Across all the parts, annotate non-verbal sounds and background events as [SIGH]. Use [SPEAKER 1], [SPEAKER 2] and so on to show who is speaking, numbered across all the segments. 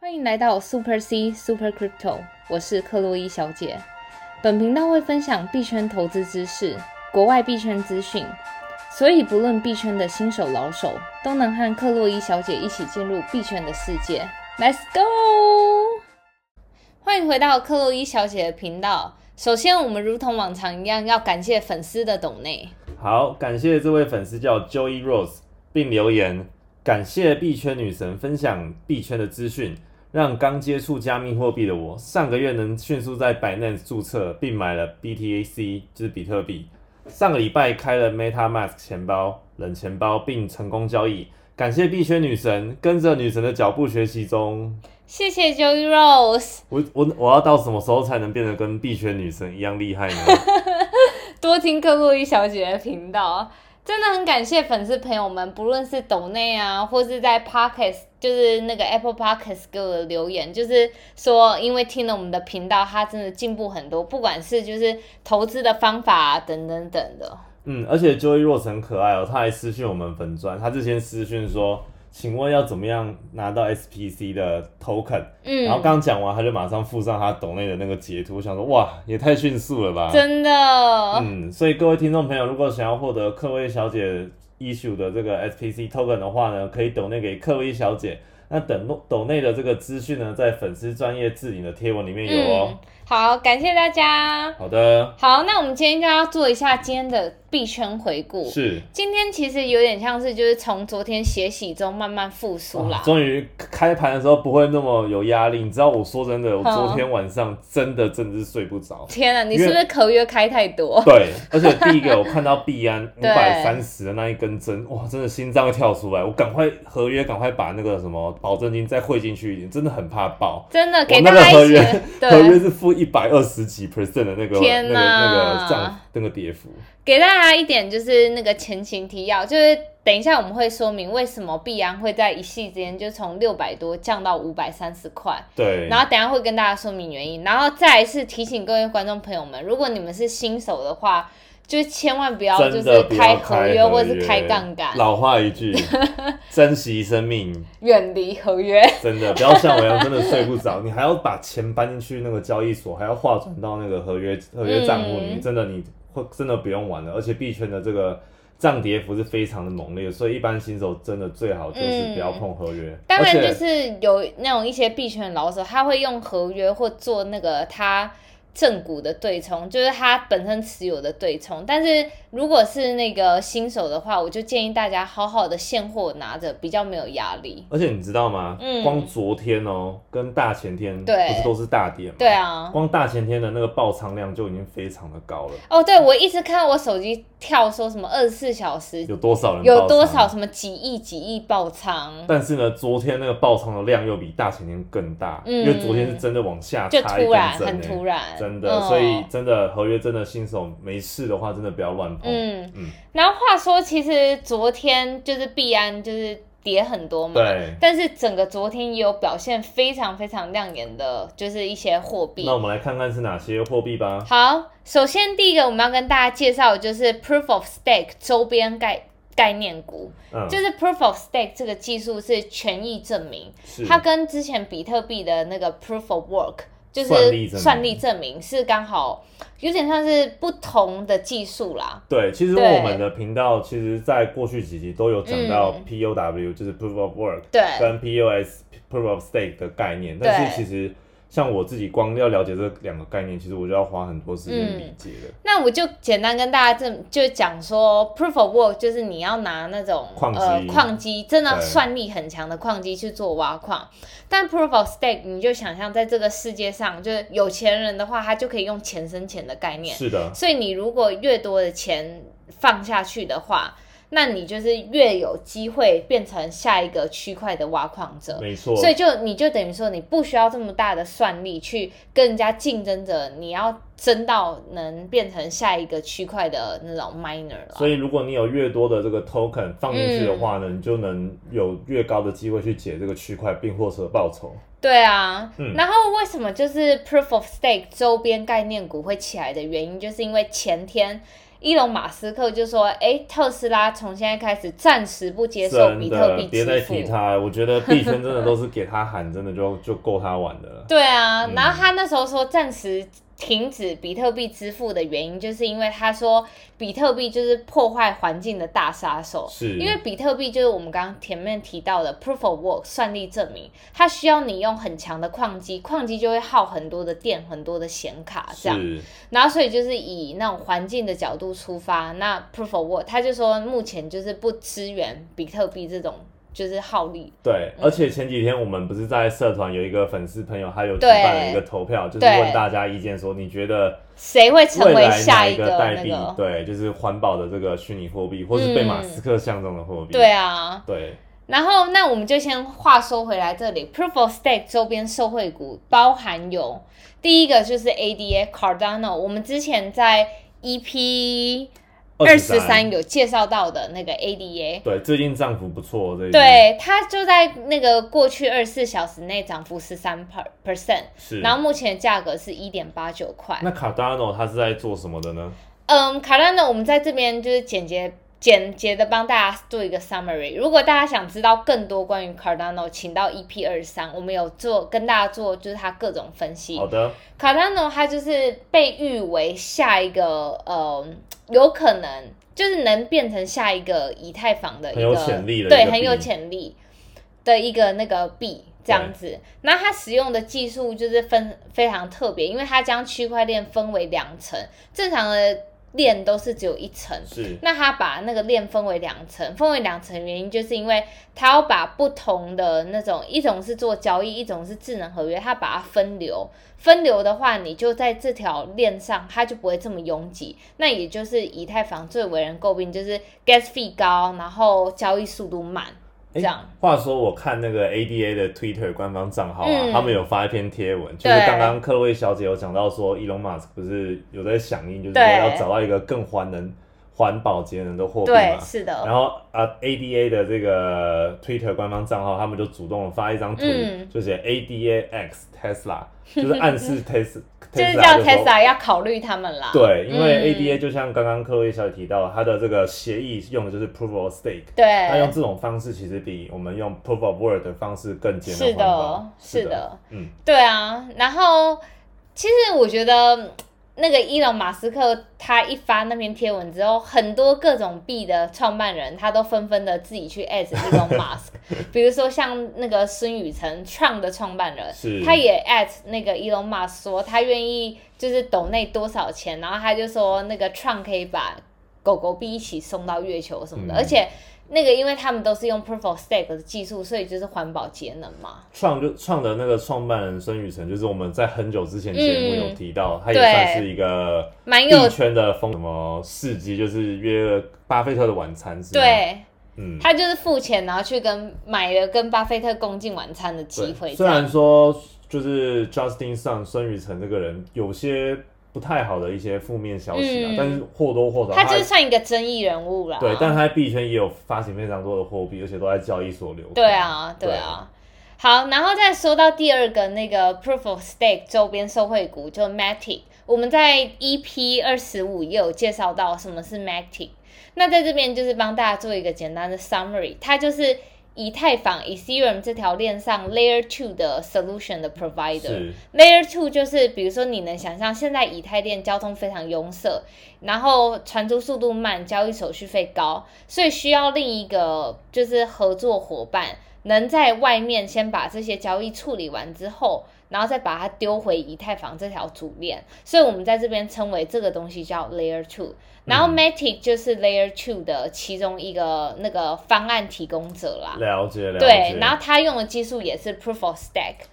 [SPEAKER 1] 欢迎来到 Super C Super Crypto，我是克洛伊小姐。本频道会分享币圈投资知识、国外币圈资讯，所以不论币圈的新手老手，都能和克洛伊小姐一起进入币圈的世界。Let's go！欢迎回到克洛伊小姐的频道。首先，我们如同往常一样，要感谢粉丝的懂内。
[SPEAKER 2] 好，感谢这位粉丝叫 Joey Rose，并留言感谢币圈女神分享币圈的资讯，让刚接触加密货币的我上个月能迅速在 Binance 注册并买了 BTAC，就是比特币。上个礼拜开了 MetaMask 钱包、冷钱包，并成功交易。感谢币圈女神，跟着女神的脚步学习中。
[SPEAKER 1] 谢谢 Joey Rose，
[SPEAKER 2] 我我我要到什么时候才能变得跟币圈女神一样厉害呢？
[SPEAKER 1] 多听克洛伊小姐的频道，真的很感谢粉丝朋友们，不论是抖内啊，或是在 Pockets，就是那个 Apple Pockets 给我的留言，就是说因为听了我们的频道，他真的进步很多，不管是就是投资的方法、啊、等等等的。
[SPEAKER 2] 嗯，而且 Joey Rose 很可爱哦，他还私讯我们粉砖，他之前私讯说，请问要怎么样拿到 SPC 的 token？、
[SPEAKER 1] 嗯，
[SPEAKER 2] 然后刚讲完，他就马上附上他懂内的那个截图，想说哇，也太迅速了吧！
[SPEAKER 1] 真的，
[SPEAKER 2] 嗯，所以各位听众朋友，如果想要获得克薇小姐 issue 的这个 SPC token 的话呢，可以抖内给克薇小姐。那等诺抖内的这个资讯呢，在粉丝专业置顶的贴文里面有哦。
[SPEAKER 1] 嗯，好，感谢大家。
[SPEAKER 2] 好的，
[SPEAKER 1] 好，那我们今天就要做一下今天的币圈回顾。
[SPEAKER 2] 是。
[SPEAKER 1] 今天其实有点像是就是从昨天血洗中慢慢复苏啦
[SPEAKER 2] 啊，终于开盘的时候不会那么有压力。你知道，我说真的，我
[SPEAKER 1] 嗯。
[SPEAKER 2] 昨天晚上真的真的是睡不着
[SPEAKER 1] 天啊，你是不是合约开太
[SPEAKER 2] [LAUGHS]
[SPEAKER 1] 多？
[SPEAKER 2] 对，而且第一个我看到币安五
[SPEAKER 1] [LAUGHS] 对
[SPEAKER 2] 百三十的那一根针，哇，真的心脏会跳出来，我赶快合约赶快把那个什么保证金再汇进去一点，真的很怕爆。
[SPEAKER 1] 真的给
[SPEAKER 2] 我
[SPEAKER 1] 大
[SPEAKER 2] 那个
[SPEAKER 1] 家一
[SPEAKER 2] 合
[SPEAKER 1] 些
[SPEAKER 2] 约 [LAUGHS] 合约
[SPEAKER 1] 对，
[SPEAKER 2] 是负一百二十几 percent 的那个那
[SPEAKER 1] 天
[SPEAKER 2] 个那
[SPEAKER 1] 哪
[SPEAKER 2] 个涨那个跌幅，
[SPEAKER 1] 给大家一点就是那个前情提要，就是等一下我们会说明为什么币安会在一夕之间就从六百多降到五百三十块。
[SPEAKER 2] 对，
[SPEAKER 1] 然后等一下会跟大家说明原因，然后再来是提醒各位观众朋友们，如果你们是新手的话，就千万不要就
[SPEAKER 2] 真
[SPEAKER 1] 是
[SPEAKER 2] 的不要
[SPEAKER 1] 合
[SPEAKER 2] 合
[SPEAKER 1] 约或是开杠杆，
[SPEAKER 2] 老话
[SPEAKER 1] [LAUGHS]
[SPEAKER 2] 一句，珍惜生命。
[SPEAKER 1] 远离合约。
[SPEAKER 2] 真的不要像我一样，真的睡不着。你还要把钱搬进去那个交易所，还要划转到那个合约合约账户，
[SPEAKER 1] 嗯
[SPEAKER 2] 你真的你会真的不用玩了。而且币圈的这个涨跌幅是非常的猛烈，所以一般新手真的最好就是不要碰合约。
[SPEAKER 1] 嗯当然就
[SPEAKER 2] 而且
[SPEAKER 1] 是有那种一些币圈老手，他会用合约或做那个他正股的对冲，就是他本身持有的对冲。但是如果是那个新手的话，我就建议大家好好的现货拿着，比较没有压力。
[SPEAKER 2] 而且你知道吗？
[SPEAKER 1] 嗯
[SPEAKER 2] 光昨天哦，跟大前天不
[SPEAKER 1] 对
[SPEAKER 2] 是都是大跌吗？
[SPEAKER 1] 对啊，
[SPEAKER 2] 光大前天的那个爆仓量就已经非常的高了，
[SPEAKER 1] 哦，对，我一直看到我手机跳说什么二十四小时
[SPEAKER 2] 有多少人？
[SPEAKER 1] 有多少？什么几亿几亿爆仓，
[SPEAKER 2] 但是呢，昨天那个爆仓的量又比大前天更大，
[SPEAKER 1] 嗯
[SPEAKER 2] 因为昨天是真的往下
[SPEAKER 1] 就
[SPEAKER 2] 插一
[SPEAKER 1] 突
[SPEAKER 2] 根
[SPEAKER 1] 然
[SPEAKER 2] 针、欸，
[SPEAKER 1] 很突然，
[SPEAKER 2] 真的，
[SPEAKER 1] 嗯
[SPEAKER 2] 所以真的合约真的新手没事的话，真的不要乱碰。
[SPEAKER 1] 嗯
[SPEAKER 2] 嗯，
[SPEAKER 1] 然后话说，其实昨天就是币安就是跌很多嘛，
[SPEAKER 2] 对。
[SPEAKER 1] 但是整个昨天也有表现非常非常亮眼的，就是一些货币
[SPEAKER 2] 那。我们来看看是哪些货币吧。
[SPEAKER 1] 好，首先第一个我们要跟大家介绍的就是 Proof of Stake 周边概概念股，
[SPEAKER 2] 嗯，
[SPEAKER 1] 就是 Proof of Stake 这个技术是权益证明，
[SPEAKER 2] 是
[SPEAKER 1] 它跟之前比特币的那个 proof of work 就是
[SPEAKER 2] 算力证明
[SPEAKER 1] 算力证明是刚好有点像是不同的技术啦。
[SPEAKER 2] 对，其实
[SPEAKER 1] 对
[SPEAKER 2] 我们的频道其实在过去几集都有讲到 POW，、就是 Proof of Work
[SPEAKER 1] 嗯对，
[SPEAKER 2] 跟 POS Proof of Stake 的概念，
[SPEAKER 1] 对
[SPEAKER 2] 但是其实像我自己光要了解这两个概念，其实我就要花很多时间理解的。
[SPEAKER 1] 那我就简单跟大家这就讲说 proof of work 就是你要拿那种
[SPEAKER 2] 矿机
[SPEAKER 1] 呃矿机真的
[SPEAKER 2] 对
[SPEAKER 1] 算力很强的矿机去做挖矿，但 proof of stake 你就想象在这个世界上，就是有钱人的话，他就可以用钱生钱的概念。
[SPEAKER 2] 是的，
[SPEAKER 1] 所以你如果越多的钱放下去的话，那你就是越有机会变成下一个区块的挖矿者。
[SPEAKER 2] 没错。
[SPEAKER 1] 所以就你就等于说，你不需要这么大的算力去跟人家竞争者，你要争到能变成下一个区块的那种 miner 了。
[SPEAKER 2] 所以，如果你有越多的这个 token 放进去的
[SPEAKER 1] 嗯
[SPEAKER 2] 话呢，你就能有越高的机会去解这个区块，并获得报酬。
[SPEAKER 1] 对啊，
[SPEAKER 2] 嗯
[SPEAKER 1] 然后为什么就是 proof of stake 周边概念股会起来的原因，就是因为前天。伊隆马斯克就说：“哎，特斯拉从现在开始暂时不接受
[SPEAKER 2] 真
[SPEAKER 1] 比特
[SPEAKER 2] 的
[SPEAKER 1] 币，
[SPEAKER 2] 别
[SPEAKER 1] 支
[SPEAKER 2] 再
[SPEAKER 1] 付。
[SPEAKER 2] 提他了。我觉得币圈真的都是给他喊，真的就就够他玩
[SPEAKER 1] [LAUGHS]
[SPEAKER 2] 的了。
[SPEAKER 1] 对啊，
[SPEAKER 2] 嗯
[SPEAKER 1] 然后他那时候说暂时停止比特币支付的原因，就是因为他说比特币就是破坏环境的大杀手。
[SPEAKER 2] 是，
[SPEAKER 1] 因为比特币就是我们刚刚前面提到的 proof of work 算力证明，它需要你用很强的矿机，矿机就会耗很多的电、很多的显卡这样。
[SPEAKER 2] 是
[SPEAKER 1] 然后所以就是以那种环境的角度出发，那 proof of work 他就说目前就是不支援比特币这种就是耗力。
[SPEAKER 2] 对，
[SPEAKER 1] 嗯
[SPEAKER 2] 而且前几天我们不是在社团有一个粉丝朋友，他有举办了一个投票，就是
[SPEAKER 1] 对
[SPEAKER 2] 问大家意见，说你觉得
[SPEAKER 1] 谁会成
[SPEAKER 2] 未
[SPEAKER 1] 为
[SPEAKER 2] 来
[SPEAKER 1] 下
[SPEAKER 2] 哪
[SPEAKER 1] 一
[SPEAKER 2] 一
[SPEAKER 1] 个
[SPEAKER 2] 代
[SPEAKER 1] 那
[SPEAKER 2] 币？
[SPEAKER 1] 个？
[SPEAKER 2] 对，就是环保的这个虚拟货币，或是被马斯克相中的货币。
[SPEAKER 1] 对啊，
[SPEAKER 2] 对，
[SPEAKER 1] 然后，那我们就先话说回来，这里 Proof of Stake 周边受惠股包含有第一个就是 ADA Cardano，我们之前在 EP 二十三
[SPEAKER 2] 23
[SPEAKER 1] 有介绍到的那个 ADA，
[SPEAKER 2] 对，最近涨幅不错，这一边
[SPEAKER 1] 对，它就在那个过去二十四小时内涨幅十三 percent，
[SPEAKER 2] 是。
[SPEAKER 1] 然后目前的价格是一点八九块。
[SPEAKER 2] 那 Cardano 它是在做什么的呢？
[SPEAKER 1] 嗯，卡拉呢，我们在这边就是简洁。简洁的帮大家做一个 summary。如果大家想知道更多关于 Cardano，请到 EP 二三，我们有做跟大家做就是它各种分析
[SPEAKER 2] 好。的，
[SPEAKER 1] Cardano 它就是被誉为下一个呃，有可能就是能变成下一个以太坊的一个
[SPEAKER 2] 很有潜力的一个
[SPEAKER 1] 对，
[SPEAKER 2] 币
[SPEAKER 1] 很有潜力的一个那个币这样子。那它使用的技术就是分非常特别，因为它将区块链分为两层，正常的链都是只有一层，
[SPEAKER 2] 是
[SPEAKER 1] 那他把那个链分为两层，分为两层原因就是因为他要把不同的那种，一种是做交易，一种是智能合约，他把它分流。分流的话，你就在这条链上，它就不会这么拥挤。那也就是以太坊最为人诟病，就是 gas fee 高，然后交易速度慢，这
[SPEAKER 2] 诶
[SPEAKER 1] 样。
[SPEAKER 2] 话说，我看那个 ADA 的 Twitter 官方账号啊，
[SPEAKER 1] 嗯
[SPEAKER 2] 他们有发一篇贴文，就是刚刚克洛伊小姐有讲到说，伊隆马斯不是有在响应，就是说
[SPEAKER 1] 对
[SPEAKER 2] 要找到一个更环能、环保节能的货币
[SPEAKER 1] 对，
[SPEAKER 2] 嘛。
[SPEAKER 1] 是的，
[SPEAKER 2] 然后啊，ADA 的这个 Twitter 官方账号，他们就主动发一张图，
[SPEAKER 1] 嗯
[SPEAKER 2] 就写 ADA X Tesla，就是
[SPEAKER 1] [LAUGHS]
[SPEAKER 2] 暗示 Tesla，
[SPEAKER 1] 就是叫
[SPEAKER 2] Tesla 就说
[SPEAKER 1] Tesla 要考虑他们啦。
[SPEAKER 2] [LAUGHS] 对，因为
[SPEAKER 1] 嗯
[SPEAKER 2] ADA 就像刚刚克洛伊小姐提到，它的这个协议用的就是 Proof of Stake。那用
[SPEAKER 1] 对，
[SPEAKER 2] 这种方式，其实比我们用 proof of work 的方式更简单
[SPEAKER 1] 是
[SPEAKER 2] 环保
[SPEAKER 1] 的，是的。
[SPEAKER 2] 嗯，
[SPEAKER 1] 对啊，然后其实我觉得嗯那个伊隆马斯克他一发那篇贴文之后，很多各种币的创办人他都纷纷的自己
[SPEAKER 2] [LAUGHS]
[SPEAKER 1] 去 at 伊隆马斯克，比如说像那个孙宇晨创的创办人，
[SPEAKER 2] 是
[SPEAKER 1] 他也 at 那个伊隆马斯说他愿意就是抖内多少钱，然后他就说那个创可以把狗狗币一起送到月球什么的，
[SPEAKER 2] 嗯
[SPEAKER 1] 而且。那个，因为他们都是用 Proof of Stake 的技术，所以就是环保节能嘛。
[SPEAKER 2] 创就创的那个创办人孙宇晨，就是我们在很久之前节目
[SPEAKER 1] 嗯
[SPEAKER 2] 有提到，他也
[SPEAKER 1] 对
[SPEAKER 2] 算是一个
[SPEAKER 1] 蛮有
[SPEAKER 2] 币圈的风什么市集，就是约了巴菲特的晚餐是吗，
[SPEAKER 1] 对，
[SPEAKER 2] 嗯，
[SPEAKER 1] 他就是付钱，然后去跟买了跟巴菲特共进晚餐的机会。
[SPEAKER 2] 对
[SPEAKER 1] 这
[SPEAKER 2] 虽然
[SPEAKER 1] 样，
[SPEAKER 2] 说就是 Justin Sun 孙宇晨这个人有些不太好的一些负面消息啊，
[SPEAKER 1] 嗯
[SPEAKER 2] 但是或多或少
[SPEAKER 1] 他就是算一个争议人物啦。
[SPEAKER 2] 对，但他在币圈也有发行非常多的货币，而且都在交易所流通。
[SPEAKER 1] 对啊，对啊。好，然后再说到第二个那个 Proof of Stake 周边受惠股，就 Matic。我们在 EP 二十五也有介绍到什么是 Matic。那在这边就是帮大家做一个简单的 summary，它就是以太坊 Ethereum 这条链上 Layer Two 的 solution 的 provider。
[SPEAKER 2] 是
[SPEAKER 1] Layer two 就是，比如说你能想象，现在以太链交通非常拥塞，然后传输速度慢，交易手续费高，所以需要另一个就是合作伙伴，能在外面先把这些交易处理完之后，然后再把它丢回以太坊这条主链，所以我们在这边称为这个东西叫 Layer two。然后 Matic 就是 Layer two 的其中一个那个方案提供者啦。
[SPEAKER 2] 了解了解。
[SPEAKER 1] 对，然后他用的技术也是 Proof of Stake。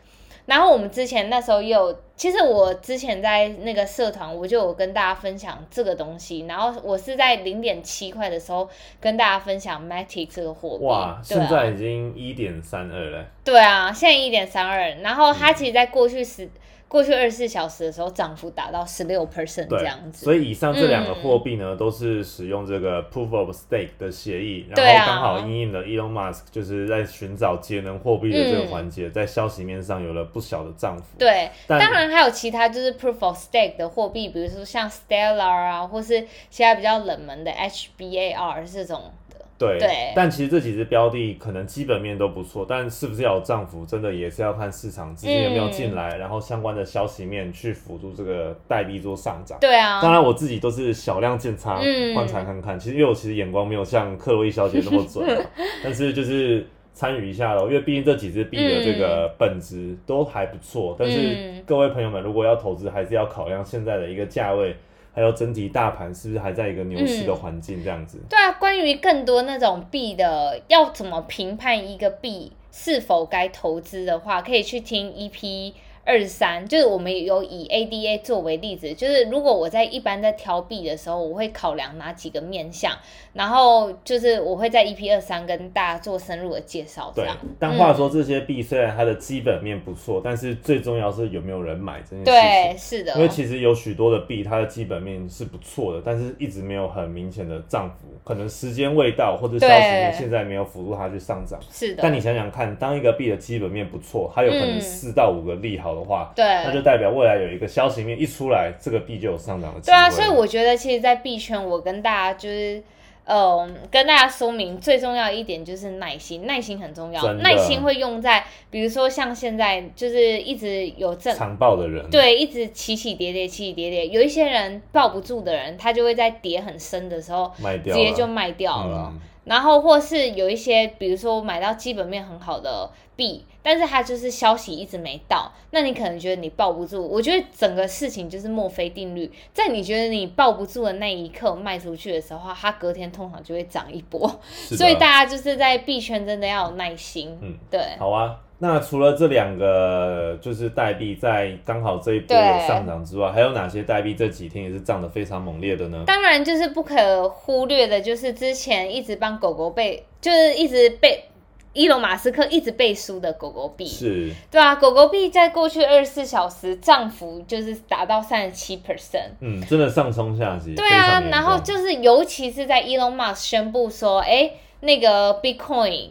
[SPEAKER 1] 然后我们之前那时候也有，其实我之前在那个社团，我就有跟大家分享这个东西。然后我是在零点七块的时候跟大家分享 Matic 这个货币。
[SPEAKER 2] 哇，
[SPEAKER 1] 对
[SPEAKER 2] 现
[SPEAKER 1] 啊
[SPEAKER 2] 在已经一点三二了，
[SPEAKER 1] 对啊，现在一点三二，然后它其实，在过去十、过去二十四小时的时候，涨幅达到十六 percent
[SPEAKER 2] 对
[SPEAKER 1] 这样，子。
[SPEAKER 2] 所以以上这两个
[SPEAKER 1] 嗯
[SPEAKER 2] 货币呢，都是使用这个 Proof of Stake 的协议，
[SPEAKER 1] 对啊
[SPEAKER 2] 然后刚好因应了 Elon Musk 就是在寻找节能货币的这个环节，
[SPEAKER 1] 嗯
[SPEAKER 2] 在消息面上有了不小的涨幅。
[SPEAKER 1] 对，
[SPEAKER 2] 但
[SPEAKER 1] 当然还有其他就是 proof of stake 的货币，比如说像 Stellar 啊，或是其他比较冷门的 HBAR 这种的。
[SPEAKER 2] 对
[SPEAKER 1] 对
[SPEAKER 2] 但其实这几只标的可能基本面都不错，但是不是要有涨幅，真的也是要看市场
[SPEAKER 1] 嗯
[SPEAKER 2] 资金有没有进来，然后相关的消息面去辅助这
[SPEAKER 1] 啊
[SPEAKER 2] 个代币做上涨。
[SPEAKER 1] 对啊，
[SPEAKER 2] 当然，我自己都是小量见差，
[SPEAKER 1] 嗯
[SPEAKER 2] 观察看看。其实，因为我其实眼光没有像克洛伊小姐
[SPEAKER 1] [LAUGHS]
[SPEAKER 2] 那么准啊，但是就是参与一下咯。因为毕竟这几只币的这个本质都还不错，但是
[SPEAKER 1] 嗯
[SPEAKER 2] 各位朋友们，如果要投资，还是要考量现在的一个价位，还有整体大盘是不是还在一个牛
[SPEAKER 1] 嗯
[SPEAKER 2] 市的环境这样子。
[SPEAKER 1] 对啊，关于更多那种币的，要怎么评判一个币是否该投资的话，可以去听 EP 二三，就是我们有以 ADA 作为例子，就是如果我在一般在挑币的时候，我会考量哪几个面向，然后就是我会在 EP 二三跟大家做深入的介绍，这
[SPEAKER 2] 对
[SPEAKER 1] 样。，
[SPEAKER 2] 但话说这些币虽然它的基本面不错，但是最重要是有没有人买这件事情。
[SPEAKER 1] 对，是的
[SPEAKER 2] 因，为其实有许多的币，它的基本面是不错的，但是一直没有很明显的涨幅，可能时间未到，或者消息面
[SPEAKER 1] 对
[SPEAKER 2] 现在没有辅助它去上涨。
[SPEAKER 1] 是的。
[SPEAKER 2] 但你想想看，当一个币的基本面不错，它有可能
[SPEAKER 1] 嗯
[SPEAKER 2] 四到五个利好的话，
[SPEAKER 1] 对，
[SPEAKER 2] 那就代表未来有一个消息面一出来，这个币就有上涨的机
[SPEAKER 1] 对
[SPEAKER 2] 会。
[SPEAKER 1] 啊，所以我觉得其实，在币圈，我跟大家就是，嗯，跟大家说明最重要一点就是耐心，耐心很重要，
[SPEAKER 2] 真的
[SPEAKER 1] 耐心会用在，比如说像现在就是一直有正。
[SPEAKER 2] 长报的人，
[SPEAKER 1] 对，一直起起跌跌，起起跌跌。有一些人抱不住的人，他就会在跌很深的时候
[SPEAKER 2] 卖
[SPEAKER 1] 直
[SPEAKER 2] 掉
[SPEAKER 1] 接
[SPEAKER 2] 了
[SPEAKER 1] 就卖掉了。
[SPEAKER 2] 嗯
[SPEAKER 1] 然后或是有一些，比如说买到基本面很好的币，但是它就是消息一直没到，那你可能觉得你抱不住。我觉得整个事情就是墨菲定律，在你觉得你抱不住的那一刻卖出去的时候，它隔天通常就会涨一波。
[SPEAKER 2] 是的
[SPEAKER 1] 所以大家就是在币圈真的要有耐心，
[SPEAKER 2] 嗯
[SPEAKER 1] 对，
[SPEAKER 2] 好啊，那除了这两个就是代币在刚好这一波有
[SPEAKER 1] 对
[SPEAKER 2] 上涨之外，还有哪些代币这几天也是涨得非常猛烈的呢？
[SPEAKER 1] 当然，就是不可忽略的，就是之前一直帮狗狗背，就是一直被伊隆马斯克一直背书的狗狗币。
[SPEAKER 2] 是
[SPEAKER 1] 对啊，狗狗币在过去二十四小时涨幅就是达到三十七 percent。
[SPEAKER 2] 嗯，真的上冲下急，
[SPEAKER 1] 对
[SPEAKER 2] 非
[SPEAKER 1] 啊
[SPEAKER 2] 常，严
[SPEAKER 1] 然后
[SPEAKER 2] 重
[SPEAKER 1] 就是尤其是在 Elon Musk 宣布说，哎，那个 Bitcoin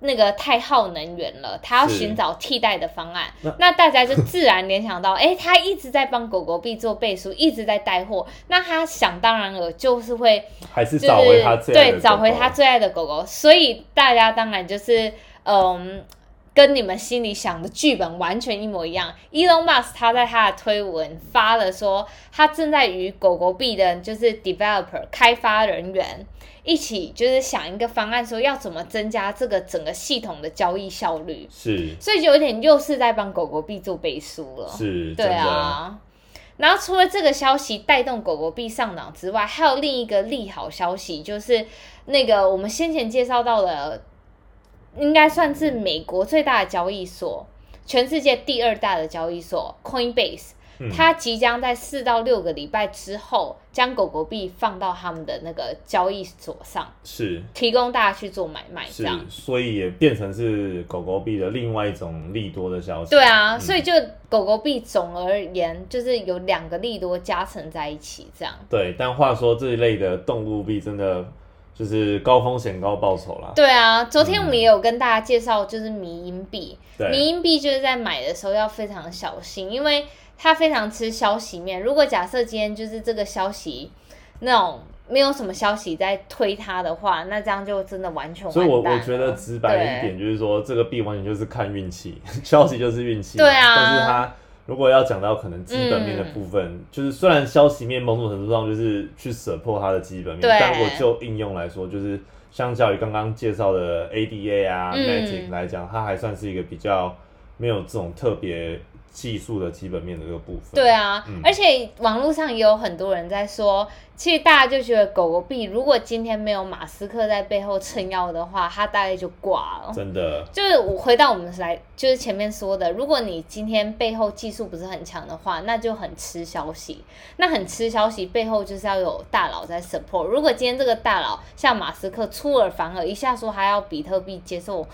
[SPEAKER 1] 那个太耗能源了，他要
[SPEAKER 2] 是
[SPEAKER 1] 寻找替代的方案
[SPEAKER 2] 那。
[SPEAKER 1] 那大家就自然联想到，哎，他一直在帮狗狗币做背书，一直在带货，那他想当然了就是会
[SPEAKER 2] 还
[SPEAKER 1] 就
[SPEAKER 2] 是
[SPEAKER 1] 是
[SPEAKER 2] [LAUGHS] 找回他最爱的
[SPEAKER 1] 对找回他
[SPEAKER 2] 狗狗
[SPEAKER 1] 最爱的狗狗，所以大家当然就是嗯。跟你们心里想的剧本完全一模一样。Elon Musk 他在他的推文发了说，他正在与狗狗币的，就是 developer 开发人员一起，就是想一个方案，说要怎么增加这个整个系统的交易效率。
[SPEAKER 2] 是
[SPEAKER 1] 所以就有点又是在帮狗狗币做背书了。
[SPEAKER 2] 是，
[SPEAKER 1] 对
[SPEAKER 2] 真的，
[SPEAKER 1] 啊。然后除了这个消息带动狗狗币上涨之外，还有另一个利好消息，就是那个我们先前介绍到的，应该算是美国最大的交易所，全世界第二大的交易所 Coinbase，、
[SPEAKER 2] 嗯
[SPEAKER 1] 它即将在四到六个礼拜之后，将狗狗币放到他们的那个交易所上，
[SPEAKER 2] 是
[SPEAKER 1] 提供大家去做买卖，这
[SPEAKER 2] 是
[SPEAKER 1] 样。，
[SPEAKER 2] 所以也变成是狗狗币的另外一种利多的消息。
[SPEAKER 1] 对啊，所
[SPEAKER 2] 以
[SPEAKER 1] 以就狗狗币总而言，就是有两个利多加成在一起，这样。
[SPEAKER 2] 对，但话说这一类的动物币真的就是高风险高报酬啦。
[SPEAKER 1] 对啊，昨天我们也有跟大家介绍，就是迷因币。迷
[SPEAKER 2] 嗯对，
[SPEAKER 1] 因币就是在买的时候要非常小心，因为它非常吃消息面。如果假设今天就是这个消息那种没有什么消息在推它的话，那这样就真的完全完
[SPEAKER 2] 所
[SPEAKER 1] 蛋
[SPEAKER 2] 以
[SPEAKER 1] 了。
[SPEAKER 2] 我我觉得直白一点就是说，这个币完全就是看运气，消息就是运气嘛。
[SPEAKER 1] 对啊
[SPEAKER 2] 但是它。如果要讲到可能基本面的
[SPEAKER 1] 嗯
[SPEAKER 2] 部分，就是虽然消息面某种程度上就是去舍破它的基本面，
[SPEAKER 1] 对
[SPEAKER 2] 但如果就应用来说，就是相较于刚刚介绍的 ADA 啊、
[SPEAKER 1] 嗯
[SPEAKER 2] Matic 来讲，它还算是一个比较没有这种特别技术的基本面的这个部分。
[SPEAKER 1] 对啊，
[SPEAKER 2] 嗯
[SPEAKER 1] 而且网络上也有很多人在说，其实大家就觉得狗狗币如果今天没有马斯克在背后撑腰的话，它大概就挂了。
[SPEAKER 2] 真的
[SPEAKER 1] 就是我回到我们来，就是前面说的，如果你今天背后技术不是很强的话，那就很吃消息。那很吃消息背后就是要有大佬在 support。如果今天这个大佬像马斯克出尔反尔，一下说还要比特币接受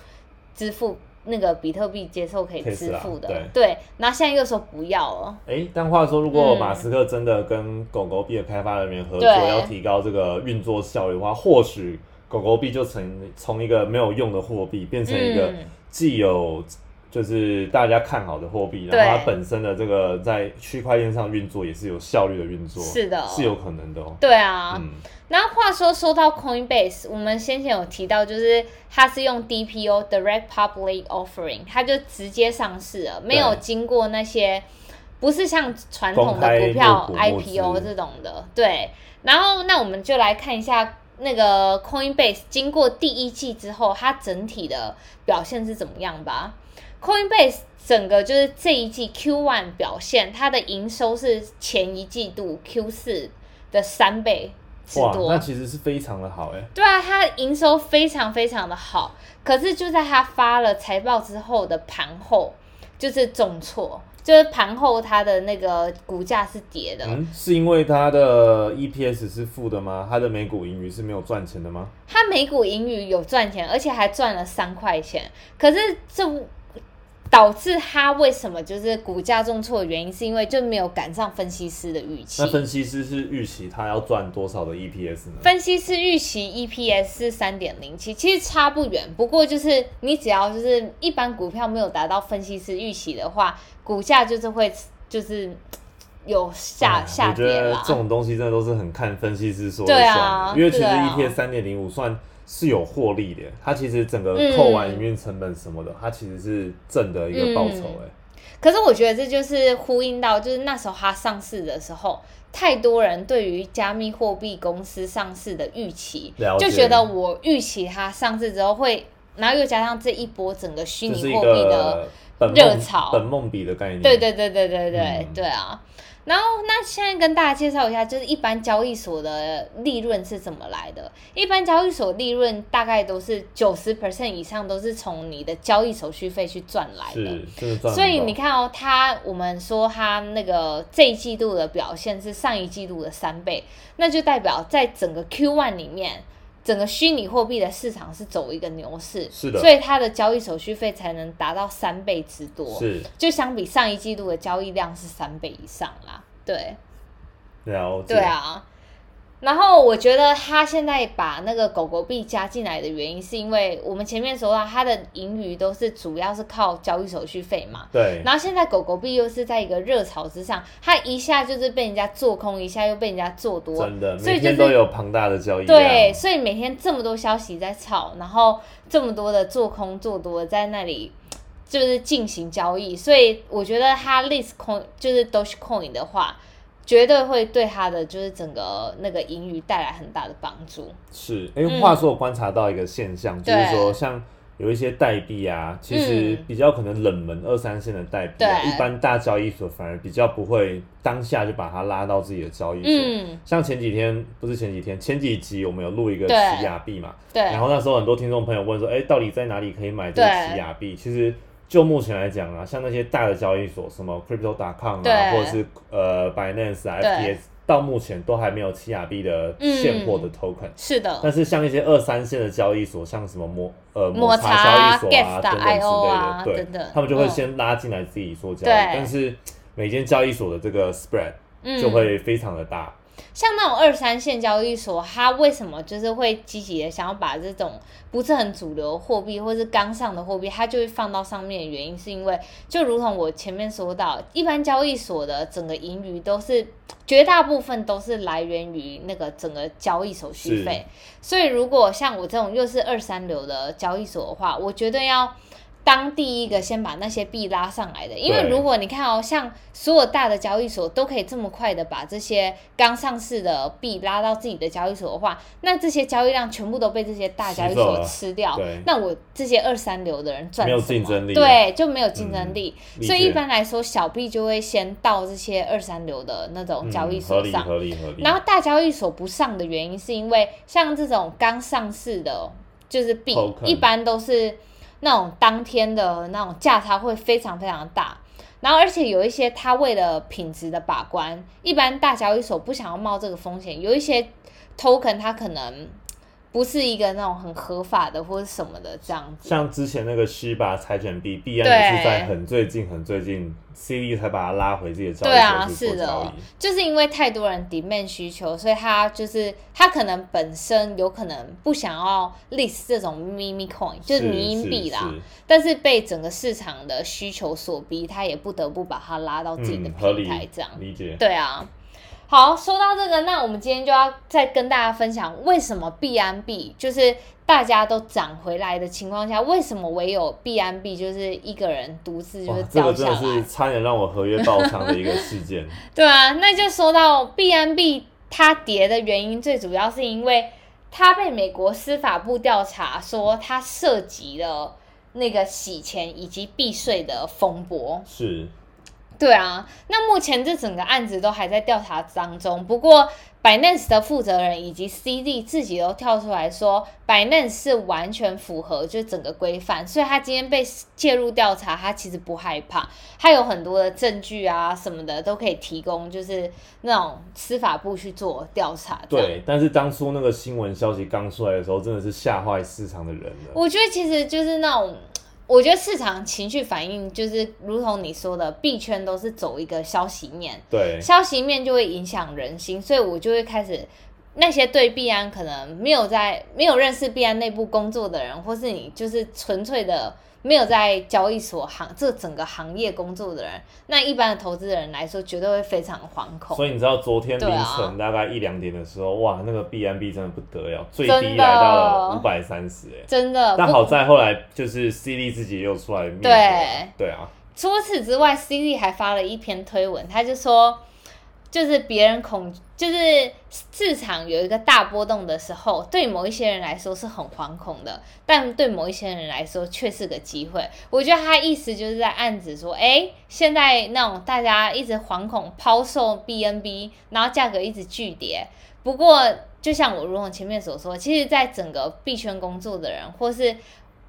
[SPEAKER 1] 支付那个比特币接受可以支
[SPEAKER 2] Tesla，
[SPEAKER 1] 付的，
[SPEAKER 2] 啊对
[SPEAKER 1] 对。然后现在又说不要了，
[SPEAKER 2] 哎，但话说，如果
[SPEAKER 1] 嗯
[SPEAKER 2] 马斯克真的跟狗狗币的开发人员合作，
[SPEAKER 1] 对
[SPEAKER 2] 要提高这个运作效率的话，或许狗狗币就成从一个没有用的货币，变成一个
[SPEAKER 1] 嗯
[SPEAKER 2] 既有就是大家看好的货币，
[SPEAKER 1] 对
[SPEAKER 2] 然后它本身的这个在区块链上运作也是有效率的运作，
[SPEAKER 1] 是的
[SPEAKER 2] 是有可能的哦。
[SPEAKER 1] 对啊。
[SPEAKER 2] 嗯，
[SPEAKER 1] 那话说，说到 Coinbase，我们先前有提到，就是它是用 DPO Direct Public Offering，它就直接上市了，没有经过那些不是像传统
[SPEAKER 2] 公
[SPEAKER 1] 的
[SPEAKER 2] 开
[SPEAKER 1] 股票
[SPEAKER 2] 入股募资
[SPEAKER 1] IPO 这种的。对，然后那我们就来看一下那个 Coinbase 经过第一季之后，它整体的表现是怎么样吧。Coinbase 整个就是这一季 Q1 表现，它的营收是前一季度 Q4 的三倍之
[SPEAKER 2] 哇，
[SPEAKER 1] 多
[SPEAKER 2] 那。其实是非常的好哎。
[SPEAKER 1] 对啊，它的营收非常非常的好，可是就在它发了财报之后的盘后，就是重挫，就是盘后它的那个股价是跌的。
[SPEAKER 2] 嗯，是因为它的 EPS 是负的吗？它的每股盈余是没有赚钱的吗？
[SPEAKER 1] 它每股盈余有赚钱，而且还赚了三块钱。可是这导致它为什么就是股价重挫的原因，是因为就没有赶上分析师的预期
[SPEAKER 2] 那。分析师是预期它要赚多少的 EPS 呢？
[SPEAKER 1] 分析师预期 EPS 是三点零七，其实差不远。不过就是你只要就是一般股票没有达到分析师预期的话，股价就是会就是有下、
[SPEAKER 2] 哎
[SPEAKER 1] 下
[SPEAKER 2] 我觉
[SPEAKER 1] 跌
[SPEAKER 2] 得
[SPEAKER 1] 啦。
[SPEAKER 2] 这种东西真的都是很看分析师说了
[SPEAKER 1] 对
[SPEAKER 2] 算的，
[SPEAKER 1] 啊
[SPEAKER 2] 因为其实
[SPEAKER 1] 对啊
[SPEAKER 2] EPS 三点零五算是有获利的，它其实整个
[SPEAKER 1] 嗯
[SPEAKER 2] 扣完营运成本什么的，它其实是挣的一个报酬
[SPEAKER 1] 嗯
[SPEAKER 2] 哎、
[SPEAKER 1] 可是我觉得这就是呼应到，就是那时候它上市的时候，太多人对于加密货币公司上市的预期
[SPEAKER 2] 了，解
[SPEAKER 1] 就觉得我预期它上市之后会，然后又加上这一波整个虚
[SPEAKER 2] 就
[SPEAKER 1] 拟
[SPEAKER 2] 是一
[SPEAKER 1] 货币的
[SPEAKER 2] 个本梦
[SPEAKER 1] 热潮
[SPEAKER 2] 本梦比的概念。
[SPEAKER 1] 对对对对对对、
[SPEAKER 2] 嗯
[SPEAKER 1] 对啊。然后，那现在跟大家介绍一下，就是一般交易所的利润是怎么来的。一般交易所利润大概都是九十 percent 以上都是从你的交易手续费去赚来的。
[SPEAKER 2] 是真的赚很高。
[SPEAKER 1] 所以你看哦，它我们说它那个这一季度的表现是上一季度的三倍，那就代表在整个 Q1 里面，整个虚拟货币的市场是走一个牛市，
[SPEAKER 2] 是的
[SPEAKER 1] 所以它的交易手续费才能达到三倍之多。
[SPEAKER 2] 是
[SPEAKER 1] 就相比上一季度的交易量是三倍以上啦。对
[SPEAKER 2] 了解，
[SPEAKER 1] 对，啊，然后我觉得他现在把那个狗狗币加进来的原因，是因为我们前面说到它的盈余都是主要是靠交易手续费嘛。
[SPEAKER 2] 对，
[SPEAKER 1] 然后现在狗狗币又是在一个热潮之上，它一下就是被人家做空，一下又被人家做多，
[SPEAKER 2] 真的
[SPEAKER 1] 所以
[SPEAKER 2] 每
[SPEAKER 1] 就
[SPEAKER 2] 天
[SPEAKER 1] 是
[SPEAKER 2] 都有庞大的交易量。
[SPEAKER 1] 对，所以每天这么多消息在炒，然后这么多的做空做多在那里就是进行交易，所以我觉得它 list coin 就是 Dogecoin 的话，绝对会对它的就是整个那个盈余带来很大的帮助。
[SPEAKER 2] 是，因
[SPEAKER 1] 嗯
[SPEAKER 2] 为话说我观察到一个现象，就是
[SPEAKER 1] 对
[SPEAKER 2] 说像有一些代币啊，其实
[SPEAKER 1] 嗯
[SPEAKER 2] 比较可能冷门二三线的代币、啊，
[SPEAKER 1] 对
[SPEAKER 2] 一般大交易所反而比较不会当下就把它拉到自己的交易所。
[SPEAKER 1] 嗯，
[SPEAKER 2] 像前几天不是前几天，前几集我们有录一个奇
[SPEAKER 1] 对
[SPEAKER 2] 亚币嘛，
[SPEAKER 1] 对
[SPEAKER 2] 然，后那时候很多听众朋友问说，哎、到底在哪里可以买这个
[SPEAKER 1] 对
[SPEAKER 2] 奇亚币？其实就目前来讲啊，像那些大的交易所，什么 Crypto.com
[SPEAKER 1] 对
[SPEAKER 2] 啊，或者是呃 Binance 啊、
[SPEAKER 1] 对嗯
[SPEAKER 2] FTX，到目前都还没有奇亚币的现货的 token、
[SPEAKER 1] 是的，嗯
[SPEAKER 2] 但是像一些二三线的交易所，像什么摩呃
[SPEAKER 1] 抹
[SPEAKER 2] 摩
[SPEAKER 1] 茶
[SPEAKER 2] 擦交易所啊
[SPEAKER 1] Guest
[SPEAKER 2] 等等之类
[SPEAKER 1] IO
[SPEAKER 2] 的，
[SPEAKER 1] 啊
[SPEAKER 2] 对
[SPEAKER 1] 等等
[SPEAKER 2] 他们就会
[SPEAKER 1] 嗯
[SPEAKER 2] 先拉进来自己做交易，
[SPEAKER 1] 对
[SPEAKER 2] 但是每间交易所的这个 spread
[SPEAKER 1] 嗯，
[SPEAKER 2] 就会非常的大，
[SPEAKER 1] 像那种二三线交易所，它为什么就是会积极的想要把这种不是很主流的货币或是刚上的货币，它就会放到上面的原因，是因为就如同我前面说到，一般交易所的整个盈余都是绝大部分都是来源于那个整个交易手续费，所以如果像我这种又是二三流的交易所的话，我绝对要。当第一个先把那些币拉上来的，因为
[SPEAKER 2] 对
[SPEAKER 1] 如果你看哦，像所有大的交易所都可以这么快的把这些刚上市的币拉到自己的交易所的话，那这些交易量全部都被这些大交易
[SPEAKER 2] 吸走
[SPEAKER 1] 所
[SPEAKER 2] 了
[SPEAKER 1] 吃掉
[SPEAKER 2] 对，
[SPEAKER 1] 那我这些二三流的人赚
[SPEAKER 2] 没有
[SPEAKER 1] 什么
[SPEAKER 2] 竞争力了
[SPEAKER 1] 对，就没有竞争力。
[SPEAKER 2] 理
[SPEAKER 1] 所以一
[SPEAKER 2] 解
[SPEAKER 1] 般来说，小币就会先到这些二三流的那种
[SPEAKER 2] 嗯
[SPEAKER 1] 交易
[SPEAKER 2] 合
[SPEAKER 1] 所
[SPEAKER 2] 理
[SPEAKER 1] 上，
[SPEAKER 2] 合理合理，
[SPEAKER 1] 然后大交易所不上的原因，是因为像这种刚上市的，哦就是币
[SPEAKER 2] Token
[SPEAKER 1] 一般都是那种当天的那种价差会非常非常大。然后，而且有一些它为了品质的把关，一般大交易所不想要冒这个风险，有一些 token 它可能不是一个那种很合法的或者什么的这样子。
[SPEAKER 2] 像之前那个 Shiba 柴犬币，币安
[SPEAKER 1] 对
[SPEAKER 2] 也是在很最近、很最近，CD 才把它拉回自己的交易
[SPEAKER 1] 对啊，
[SPEAKER 2] 所去
[SPEAKER 1] 是
[SPEAKER 2] 做交
[SPEAKER 1] 的
[SPEAKER 2] 易。，
[SPEAKER 1] 就是因为太多人 demand 需求，所以他就是他可能本身有可能不想要 list 这种咪咪 coin，就是迷因币啦，
[SPEAKER 2] 是
[SPEAKER 1] 但是被整个市场的需求所逼，他也不得不把它拉到自己的
[SPEAKER 2] 嗯，合
[SPEAKER 1] 平
[SPEAKER 2] 理
[SPEAKER 1] 台这样。
[SPEAKER 2] 理解。
[SPEAKER 1] 对啊，好，说到这个，那我们今天就要再跟大家分享为什么币安币就是大家都涨回来的情况下，为什么唯有币安币就是一个人独自就
[SPEAKER 2] 哇
[SPEAKER 1] 是，
[SPEAKER 2] 这
[SPEAKER 1] 掉
[SPEAKER 2] 个真
[SPEAKER 1] 下
[SPEAKER 2] 的
[SPEAKER 1] 来？
[SPEAKER 2] 是差点让我合约爆仓的一个事件。 [LAUGHS]
[SPEAKER 1] 对啊，那就说到币安币它跌的原因，最主要是因为它被美国司法部调查说它涉及了那个洗钱以及避税的风波。
[SPEAKER 2] 是，
[SPEAKER 1] 对啊，那目前这整个案子都还在调查当中。不过，Binance 的负责人以及 CD 自己都跳出来说，Binance 是完全符合就整个规范，所以他今天被介入调查，他其实不害怕，他有很多的证据啊什么的都可以提供，就是那种司法部去做调查。这样，
[SPEAKER 2] 对。但是当初那个新闻消息刚出来的时候，真的是吓坏市场的人了。
[SPEAKER 1] 我觉得其实就是那种。我觉得市场情绪反应就是，如同你说的，币圈都是走一个消息面，
[SPEAKER 2] 对，
[SPEAKER 1] 消息面就会影响人心，所以我就会开始那些对币安可能没有在没有认识币安内部工作的人，或是你就是纯粹的没有在交易所行这整个行业工作的人，那一般的投资人来说，绝对会非常惶恐。
[SPEAKER 2] 所以你知道昨天凌
[SPEAKER 1] 对啊
[SPEAKER 2] 晨大概一两点的时候，哇，那个 BNB 真的不得了，最
[SPEAKER 1] 真
[SPEAKER 2] 低
[SPEAKER 1] 的
[SPEAKER 2] 来到了五百三十，哎。
[SPEAKER 1] 真的，
[SPEAKER 2] 但
[SPEAKER 1] 不
[SPEAKER 2] 好在后来就是 CD 自己又出来面
[SPEAKER 1] 呃对
[SPEAKER 2] 对对啊，
[SPEAKER 1] 除此之外，CD 还发了一篇推文，他就说，就是别人恐，就是市场有一个大波动的时候，对某一些人来说是很惶恐的，但对某一些人来说却是个机会。我觉得他意思就是在暗指说，哎，现在那种大家一直惶恐抛售 BNB，然后价格一直巨跌，不过，就像我如同前面所说，其实，在整个币圈工作的人，或是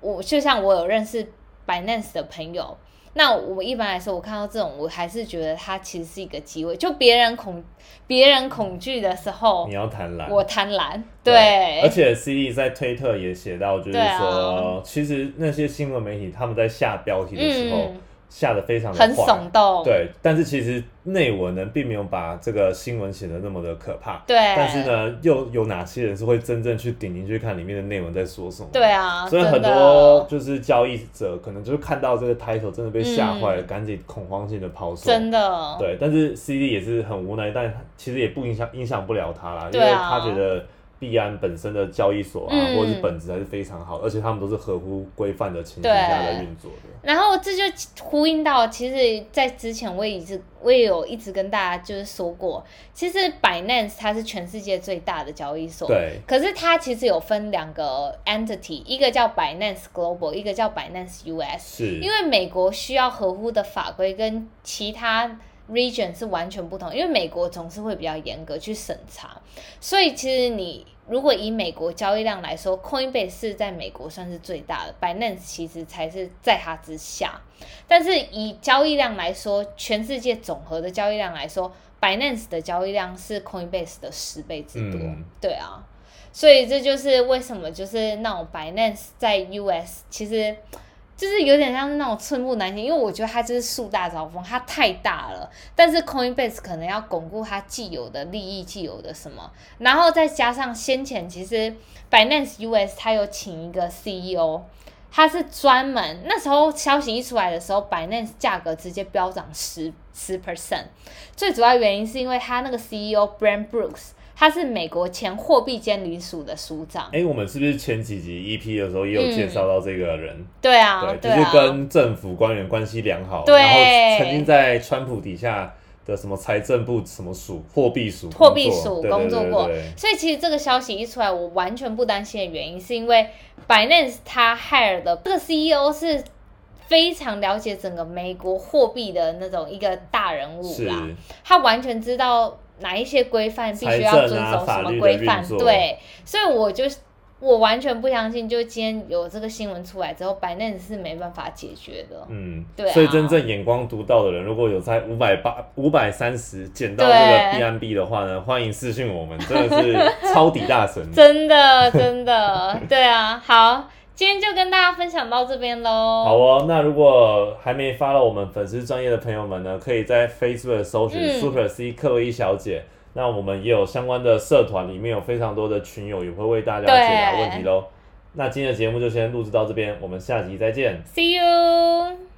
[SPEAKER 1] 我，就像我有认识 Binance 的朋友，那我一般来说，我看到这种，我还是觉得它其实是一个机会。就别人恐别人恐惧的时候
[SPEAKER 2] 你，要贪婪，
[SPEAKER 1] 我贪婪，
[SPEAKER 2] 而
[SPEAKER 1] 对，
[SPEAKER 2] 且 CD 在推特也写到，就是
[SPEAKER 1] 对啊
[SPEAKER 2] 说，其实那些新闻媒体他们在下标题的时候
[SPEAKER 1] 嗯，
[SPEAKER 2] 下的非常的
[SPEAKER 1] 很
[SPEAKER 2] 坏
[SPEAKER 1] 耸动，
[SPEAKER 2] 对，但是其实内文呢，并没有把这个新闻写的那么的可怕。
[SPEAKER 1] 对
[SPEAKER 2] 但是呢，又有哪些人是会真正去点进去看里面的内文在说什么？
[SPEAKER 1] 对。啊，
[SPEAKER 2] 所以
[SPEAKER 1] 真
[SPEAKER 2] 很
[SPEAKER 1] 的
[SPEAKER 2] 多就是交易者可能就是看到这个 title 真的被吓坏了，
[SPEAKER 1] 嗯
[SPEAKER 2] 赶紧恐慌性的抛售。
[SPEAKER 1] 真的，
[SPEAKER 2] 对，但是 CD 也是很无奈，但其实也不影响影响不了他啦，因
[SPEAKER 1] 对啊
[SPEAKER 2] 为他觉得币安本身的交易所啊，
[SPEAKER 1] 嗯
[SPEAKER 2] 或者是本质还是非常好，而且他们都是合乎规范的情形下
[SPEAKER 1] 对
[SPEAKER 2] 在运作的。
[SPEAKER 1] 然后这就呼应到，其实，在之前我也一直我也有一直跟大家就是说过，其实 Binance 它是全世界最大的交易所，
[SPEAKER 2] 对，
[SPEAKER 1] 可是它其实有分两个 entity，一个叫 Binance Global，一个叫 Binance US，
[SPEAKER 2] 是，
[SPEAKER 1] 因为美国需要合乎的法规跟其他 region 是完全不同，因为美国总是会比较严格去审查，所以其实你如果以美国交易量来说，Coinbase 是在美国算是最大的，Binance 其实才是在它之下。但是以交易量来说，全世界总和的交易量来说，Binance 的交易量是 Coinbase 的十倍之多。
[SPEAKER 2] 嗯
[SPEAKER 1] 对啊，所以这就是为什么就是那种 Binance 在 US 其实就是有点像是那种寸步难行，因为我觉得它就是树大招风，它太大了。但是 Coinbase 可能要巩固它既有的利益、既有的什么，然后再加上先前其实 Binance US 它有请一个 CEO。它是专门那时候消息一出来的时候，Binance 价格直接飙涨十十 percent，最主要原因是因为他那个 CEO Brand Brooks，他是美国前货币监理署的署长。
[SPEAKER 2] 哎、我们是不是前几集 EP 的时候也有介绍到这个人？
[SPEAKER 1] 对嗯啊，
[SPEAKER 2] 对，
[SPEAKER 1] 对
[SPEAKER 2] 就
[SPEAKER 1] 啊，
[SPEAKER 2] 是跟政府官员关系良好，
[SPEAKER 1] 对
[SPEAKER 2] 然后曾经在川普底下的什么财政部什么署、货币署工作、
[SPEAKER 1] 货币署
[SPEAKER 2] 对
[SPEAKER 1] 工作过
[SPEAKER 2] 对对对
[SPEAKER 1] 所以其实这个消息一出来，我完全不担心的原因是因为 Binance 他 hire 的这个 CEO 是非常了解整个美国货币的那种一个大人物啦。
[SPEAKER 2] 是
[SPEAKER 1] 他完全知道哪一些规范必须
[SPEAKER 2] 财
[SPEAKER 1] 要
[SPEAKER 2] 政
[SPEAKER 1] 遵
[SPEAKER 2] 啊
[SPEAKER 1] 守什
[SPEAKER 2] 法
[SPEAKER 1] 么
[SPEAKER 2] 律的
[SPEAKER 1] 规范，
[SPEAKER 2] 运作
[SPEAKER 1] 对，所以我就我完全不相信，就今天有这个新闻出来之后，Binance 是没办法解决的。
[SPEAKER 2] 嗯，
[SPEAKER 1] 对啊
[SPEAKER 2] 所以真正眼光独到的人，如果有在五百八、五百三十捡到这个
[SPEAKER 1] 对
[SPEAKER 2] BNB 的话呢，欢迎私讯我们，真的是 [LAUGHS] 抄底大神。
[SPEAKER 1] 真的，真的，对啊，好，今天就跟大家分享到这边喽。
[SPEAKER 2] [LAUGHS] 好哦，那如果还没发到我们粉丝专业的朋友们呢，可以在 Facebook 搜寻
[SPEAKER 1] 嗯
[SPEAKER 2] Super C 克洛伊小姐。那我们也有相关的社团，里面有非常多的群友，也会为大家解答
[SPEAKER 1] 对
[SPEAKER 2] 问题喽。那今天的节目就先录制到这边，我们下集再见。
[SPEAKER 1] See you。